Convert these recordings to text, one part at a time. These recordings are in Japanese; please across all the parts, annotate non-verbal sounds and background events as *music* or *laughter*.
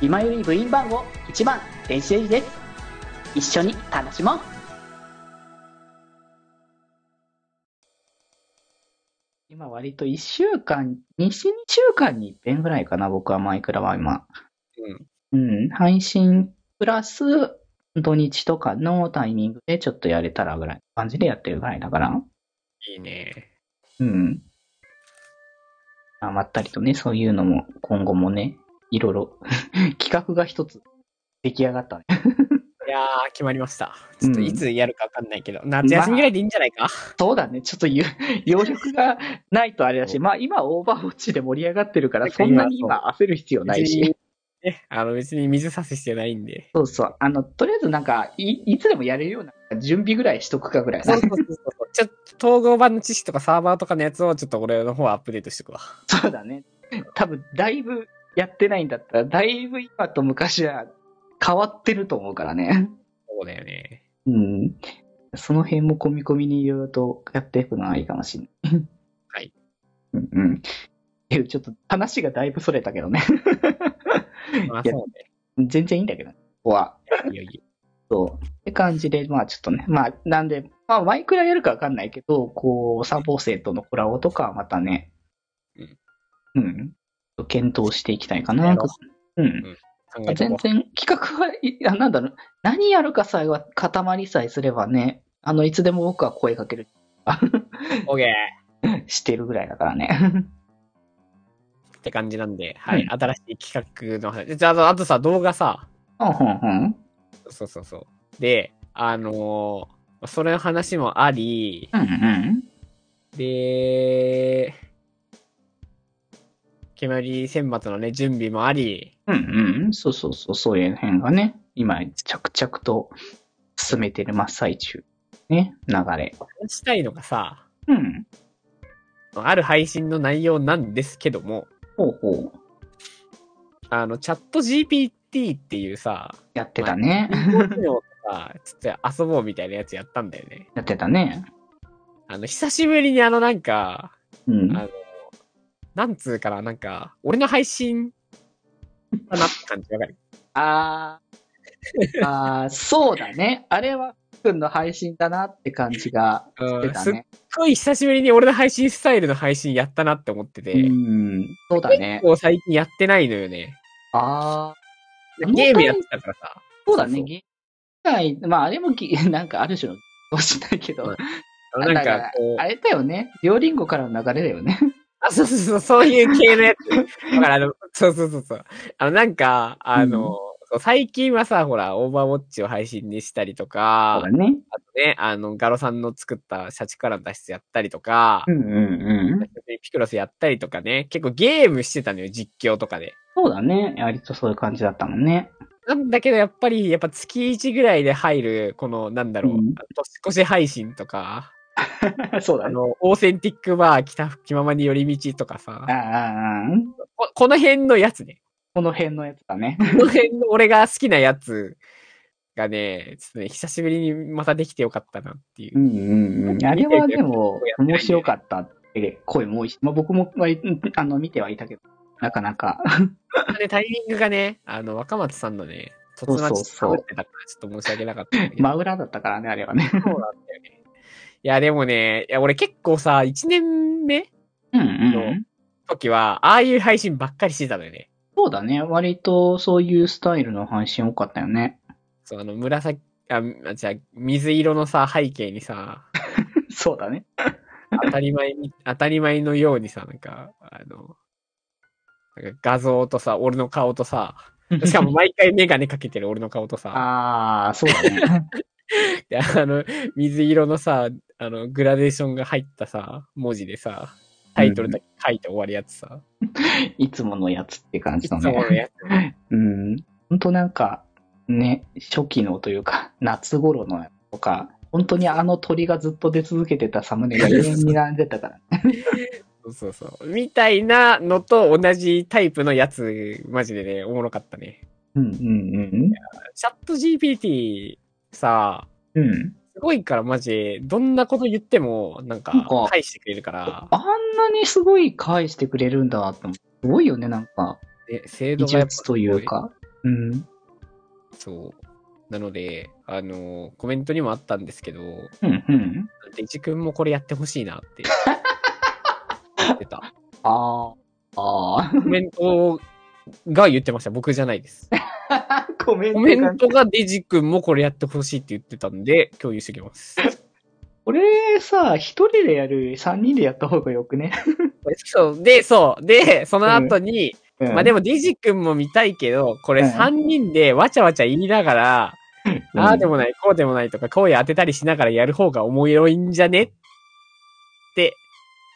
今より部員番号1番電子レンジです一緒に楽しもう今割と1週間2、2週間に1遍ぐらいかな僕はマイクラは今うん、配信プラス土日とかのタイミングでちょっとやれたらぐらいの感じでやってるぐらいだから。いいね。うん。あまったりとね、そういうのも今後もね、いろいろ *laughs* 企画が一つ出来上がったね。いやー、決まりました。ちょっといつやるかわかんないけど、夏休みぐらいでいいんじゃないか、そうだね、ちょっとゆ *laughs* 余力がないとあれだし、まあ今オーバーウォッチで盛り上がってるから、そんなに今焦る必要ない別し。に *laughs* ね、あの別に水差す必要ないんで。そうそう。あの、とりあえずなんか、い、いつでもやれるような準備ぐらいしとくかぐらいそなうそうそうそう。ちょっと統合版の知識とかサーバーとかのやつをちょっと俺の方はアップデートしてくわ。 *laughs* そうだね。多分、だいぶやってないんだったら、だいぶ今と昔は変わってると思うからね。そうだよね。うん。その辺も込み込みにいろいろとやっていくのはいいかもしれない。はい。うんうん。っていう、ちょっと話がだいぶそれたけどね。まあいやそうね。全然いいんだけど、ここは。いやいやいやそう。って感じで、まあちょっとね。まあ、なんで、まあ、マイクラやるかわかんないけど、こう、サポー生とのコラボとかはまたね、うん。検討していきたいかな。やうろん。考えて全こう。然企画はいあなんだろう何やるかさえは固まりさえすればねあのいつでも僕は声かけ *laughs* るオーケしてるぐらいだからねーって感じなんで、はい、うん新しい企画の話。じゃああと、あとさ、動画さ、うんうんうんそうそうそう。で、あのーそれの話もあり、うんうんで、決まり選抜のね、準備もあり、うんうんそうそうそうそういう辺がね今着々と進めてる真っ最中ね流れ話したいのがさ、うんある配信の内容なんですけども、ほうほうあの、チャット GPT っていうさ、やってたね、人工知能とか、ちょっと遊ぼうみたいなやつやったんだよね。やってたねあの、久しぶりにあのなんか、うんあの、なんつうかな、なんか、俺の配信だなって感じわかる。あーあーそうだねあれはふっくんの配信だなって感じがしてうん、たすっねごい久しぶりに俺の配信スタイルの配信やったなって思ってて、うん、そうだね結。構最近やってないのよね。ああ、あのゲームやってたからさ。そうだね。そうゲーム以外まあ、あれもぎ、 *laughs* なんかある種の、そうしないけど、あのなんだからこう、あれだよね。両リンゴからの流れだよね。あ、そうそうそう、そういう系のやつ。だからあの、そうそうそうそう。あの、なんか、あの、うんそう最近はさ、ほら、オーバーウォッチを配信にしたりと *laughs* か、あとね。ね、あの、ガロさんの作った社畜からの脱出やったりとかう、んうんうん。ピクロスやったりとかね、結構ゲームしてたのよ、実況とかで。そうだね。割とそういう感じだったもんね。なんだけど、やっぱり、やっぱ月1ぐらいで入る、この、なんだろうう、ん年越し配信とか、 *laughs* そうあ。の、オーセンティックバー、北気ままに寄り道とかさあ、あ、ここの辺のやつね。この辺のやつだね。この辺の俺が好きなやつがね、ちょっとね、久しぶりにまたできてよかったなっていうう。んうんうん。あれはでも、面白かったって声も多いし、まあ、僕も割と、あの、見てはいたけど、なかな *laughs* か。ね、タイミングがね、あの、若松さんのね、突そう然そうちそょうっと被ってたから、ちょっと申し訳なかったんだけど。真裏だったからね、あれはね。そうなんだよね。いや、でもね、いや、俺結構さ、1年目うんうん。時は、ああいう配信ばっかりしてたのよね。そうだね。割とそういうスタイルの配信多かったよね。そう、あの、紫、あ、あじゃあ水色のさ、背景にさ、そうだね。当たり前に、 *laughs* 当たり前のようにさ、なんか、あの、なんか画像とさ、俺の顔とさ、 *laughs* しかも。毎回メガネかけてる俺の顔とさ、 *laughs* ああ、そうだ *laughs* ね。で、あの、水色のさ、あの、グラデーションが入ったさ、文字でさ、タイトルだけ書いて終わりやつさ、いつものやつって感いじつもだね。のやつ。うん。ほんとなんか、ね、初期のというか、 *laughs* 夏頃のとか、本当にあの鳥がずっと出続けてたサムネが永遠に並んでた *laughs* からね。そうそうそう。みたいなのと同じタイプのやつ、マジでね、おもろかったね。うんうんチャット GPT さ、うん。うん。すごいからマジ、どんなこと言っても、なんかなんか、返してくれるから、あんなにすごい返してくれるんだって思って、すごいよね、なんか、ね精度技がやっぱ術というか。うん。そう。なので、あのコメントにもあったんですけど、うん、うん。デジ君もこれやってほしいなって言ってた。ああ。あ *laughs* コメントが言ってました。僕じゃないです。あ。コメンコトメがン。トがデジ君もこれやってほしいって言ってたんで、共有しておきます。これさ、一人でやるより三人でやった方がよくね。そう。で、そう。で、その後に、まあでも、もデジ君も見たいけど、これうん3人でわちゃわちゃ言いながら、ああでも、もない、こうでもないとか、声当てたりしながらやる方が面白いんじゃねって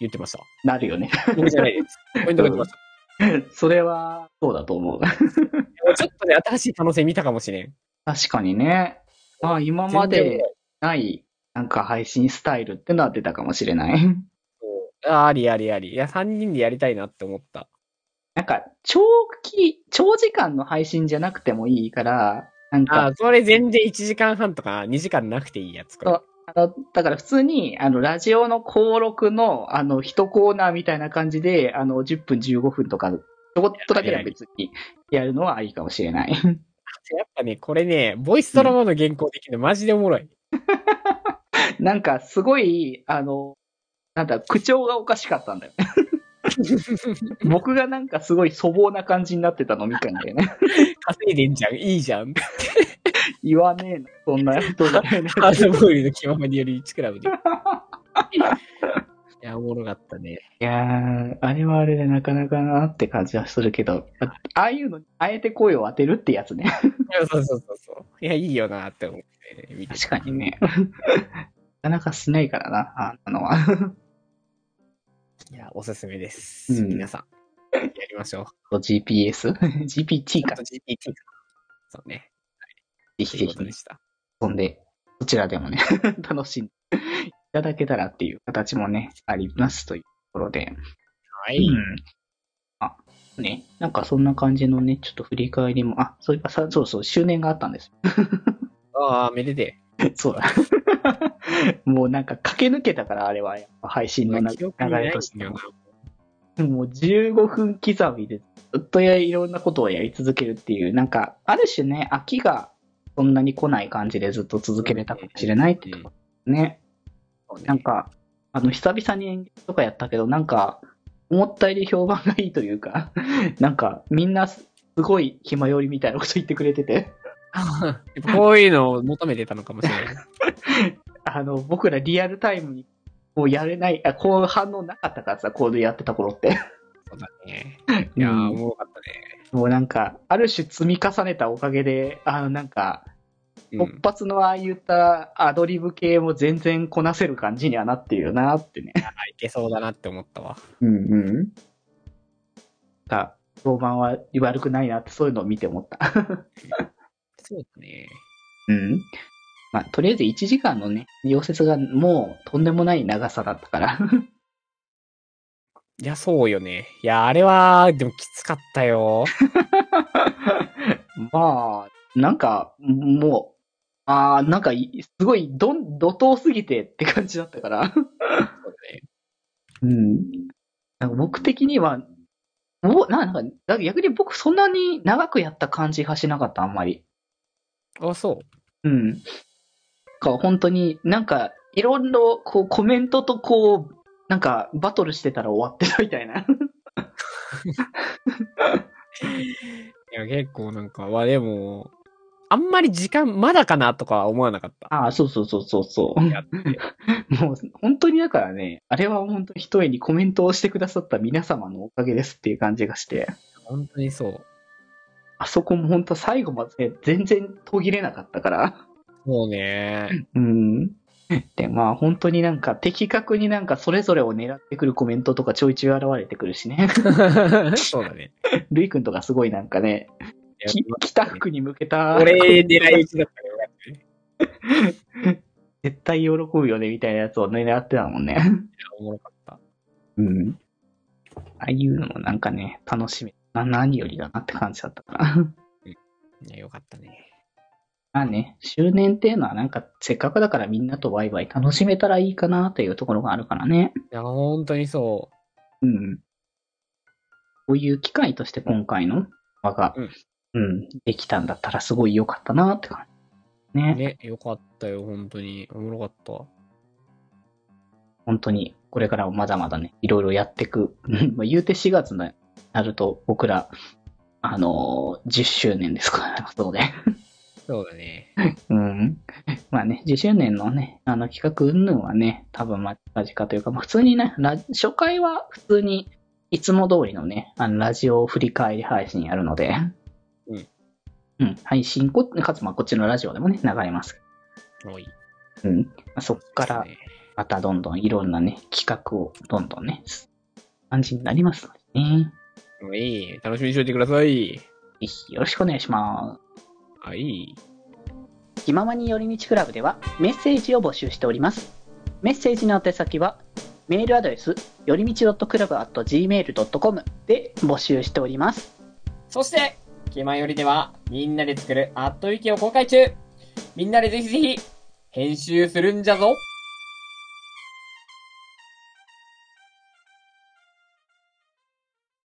言ってました。なるよね。 *laughs* 僕じゃないです。ポイントが言ってました。それは、そうだと思う。もうちょっとね、新しい可能性見たかもしれん。確かにね。まあ、今までない、なんか配信スタイルってのは出たかもしれない。 *laughs* そうあありありあり。いや、3人でやりたいなって思った。なんか、長期、長時間の配信じゃなくてもいいから、なんあかあ、、それ全然1時間半とか2時間なくていいやつ。これそうあの、だから普通に、あの、ラジオの登録の、あの、一コーナーみたいな感じで、あの、10分15分とか、ちょこっとだけでも別にやるのはいいかもしれない。やっぱね、これね、ボイスドラマの原稿できるのマジでおもろい。なんか、すごい、あの、なんだ、口調がおかしかったんだ *laughs* よね。僕がなんかすごい粗暴な感じになってたのみたいなね。稼いでんじゃん。いいじゃん。言わねえな、そんな人が。ハードボイルの気ままにより1ク *laughs* ラブで。いや、おもろかったね。いやー、あれはあれでなかなかなって感じはするけど、あああいうのにあえて声を当てるってやつね。そうそうそうそう。いや、いいよなって思って、見て確かにね。 *laughs* なかなかしないからな、ああのは。いや、おすすめです。うん皆さん。やりましょう。 GPS? GPT あか。とぜ GPT か。そうね。とひいぜうこひとでした。飛んで、そちらでもね、 *laughs* 楽しんでいただけたらっていう形もね、ありますというところで。はうい。ん。あ、ね、なんかそんな感じのね、ちょっと振り返りも、あ、そういえばさ、そうそう、周年があったんです。 *laughs* ああ、めでてそうだ。 *laughs* もうなんか駆け抜けたから、あれは、やっぱ配え。信のな記流憶にないれんとしてだよもな。。もう15分刻みでずっとやいろんなことをやり続けるっていう、なんか、ある種ね、飽きがそんなに来ない感じでずっと続けれたかもしれないってとこね。そうねなんか、あの、久々に演劇とかやったけど、なんか、思ったより評判がいいというか、 *laughs* なんか、みんなすすごい暇よりみたいなこと言ってくれてて、 *laughs* *laughs* やっぱこういうのを求めてたのかもしれ *laughs* ない。あの、僕らリアルタイムに、もうやれない、あ、こう反応なかったからさ、コードやってた頃って。そうだね。いやうー、んおもろかったね。もうなんか、ある種積み重ねたおかげで、あの、なんか、う突ん、発のああいったアドリブ系も全然こなせる感じにはなってるよなってね。あいけそうだなって思ったわ。うんうん。が、評判は悪くないなってそういうのを見て思った。そうだね。うん。 *laughs* まあ、とりあえず1時間のね、溶接がもうとんでもない長さだったから。いや、そうよね。いや、あれは、でもきつかっ *laughs* たよ。 *laughs* まあ、なんか、もう、ああ、なんかい、すごい、どん、怒涛すぎてって感じだったから。そうだね。うん。なんか僕的には、もう、ななんか、だ逆に僕そんなに長くやった感じがしなかった、あんまり。あ、そう。うん。なんか本当になんか、いろんな、こう、コメントとこう、なんか、バトルしてたら終わってたみたいな。いや、結構なんか、はでも、あんまり時間まだかなとかは思わなかっ *laughs* た。ああ、そうそうそうそうそやって。う。もう、本当にだからね、あれは本当に一重にコメントをしてくださった皆様のおかげですっていう感じがして、本当にそう。あそこも本当最後まで全然途切れなかったから。そ *laughs* うね。うん。で、まあ本当になんか的確になんかそれぞれを狙ってくるコメントとかちょいちょい現れてくるしね。 *laughs* そうだね。ルイ君とかすごいなんかね、いやき北福に向けた、俺、狙い撃ちだったからよかったね。絶対喜ぶよねみたいなやつを狙ってたもんね。おもろかった。うん。ああいうのもなんかね、楽しみ。な何よりだなって感じだったから。いや、よかったね。 *laughs* まあね、周年っていうのはなんかせっかくだからみんなとワイワイ楽しめたらいいかなというところがあるからね。いや、本当にそう。うん。こういう機会として今回の場がうんうん、できたんだったらすごい良かったなって感じ。ね。ね、よかったよ、本当に。おもろかった。本当に、これからもまだまだね、いろいろやっていく。 *laughs* まあ言うて4月になると、僕ら、あのー10周年ですから、 *laughs* そうで。そうだね。うん。まあね、10周年のね、あの企画云々はね、多分まあ近々というか、まあ普通にね、ラ初回は普通に、いつも通りのね、あの、ラジオ振り返り配信やるので、うん。うん、配信こ、かつまあこっちのラジオでもね、流れます。おい。うん。まあそっからで、すねまたどんどんいろんなね、企画をどんどんね、感じになりますのでね。おい、楽しみにしといてください。ぜひよろしくお願いします。はい。気ままに寄り道クラブではメッセージを募集しておりますメッセージの宛先はメールアドレスよりみち .club.gmail.com で募集しておりますそして、気前よりでは、みんなで作るアットウィキを公開中みんなでぜひぜひ、編集するんじゃぞ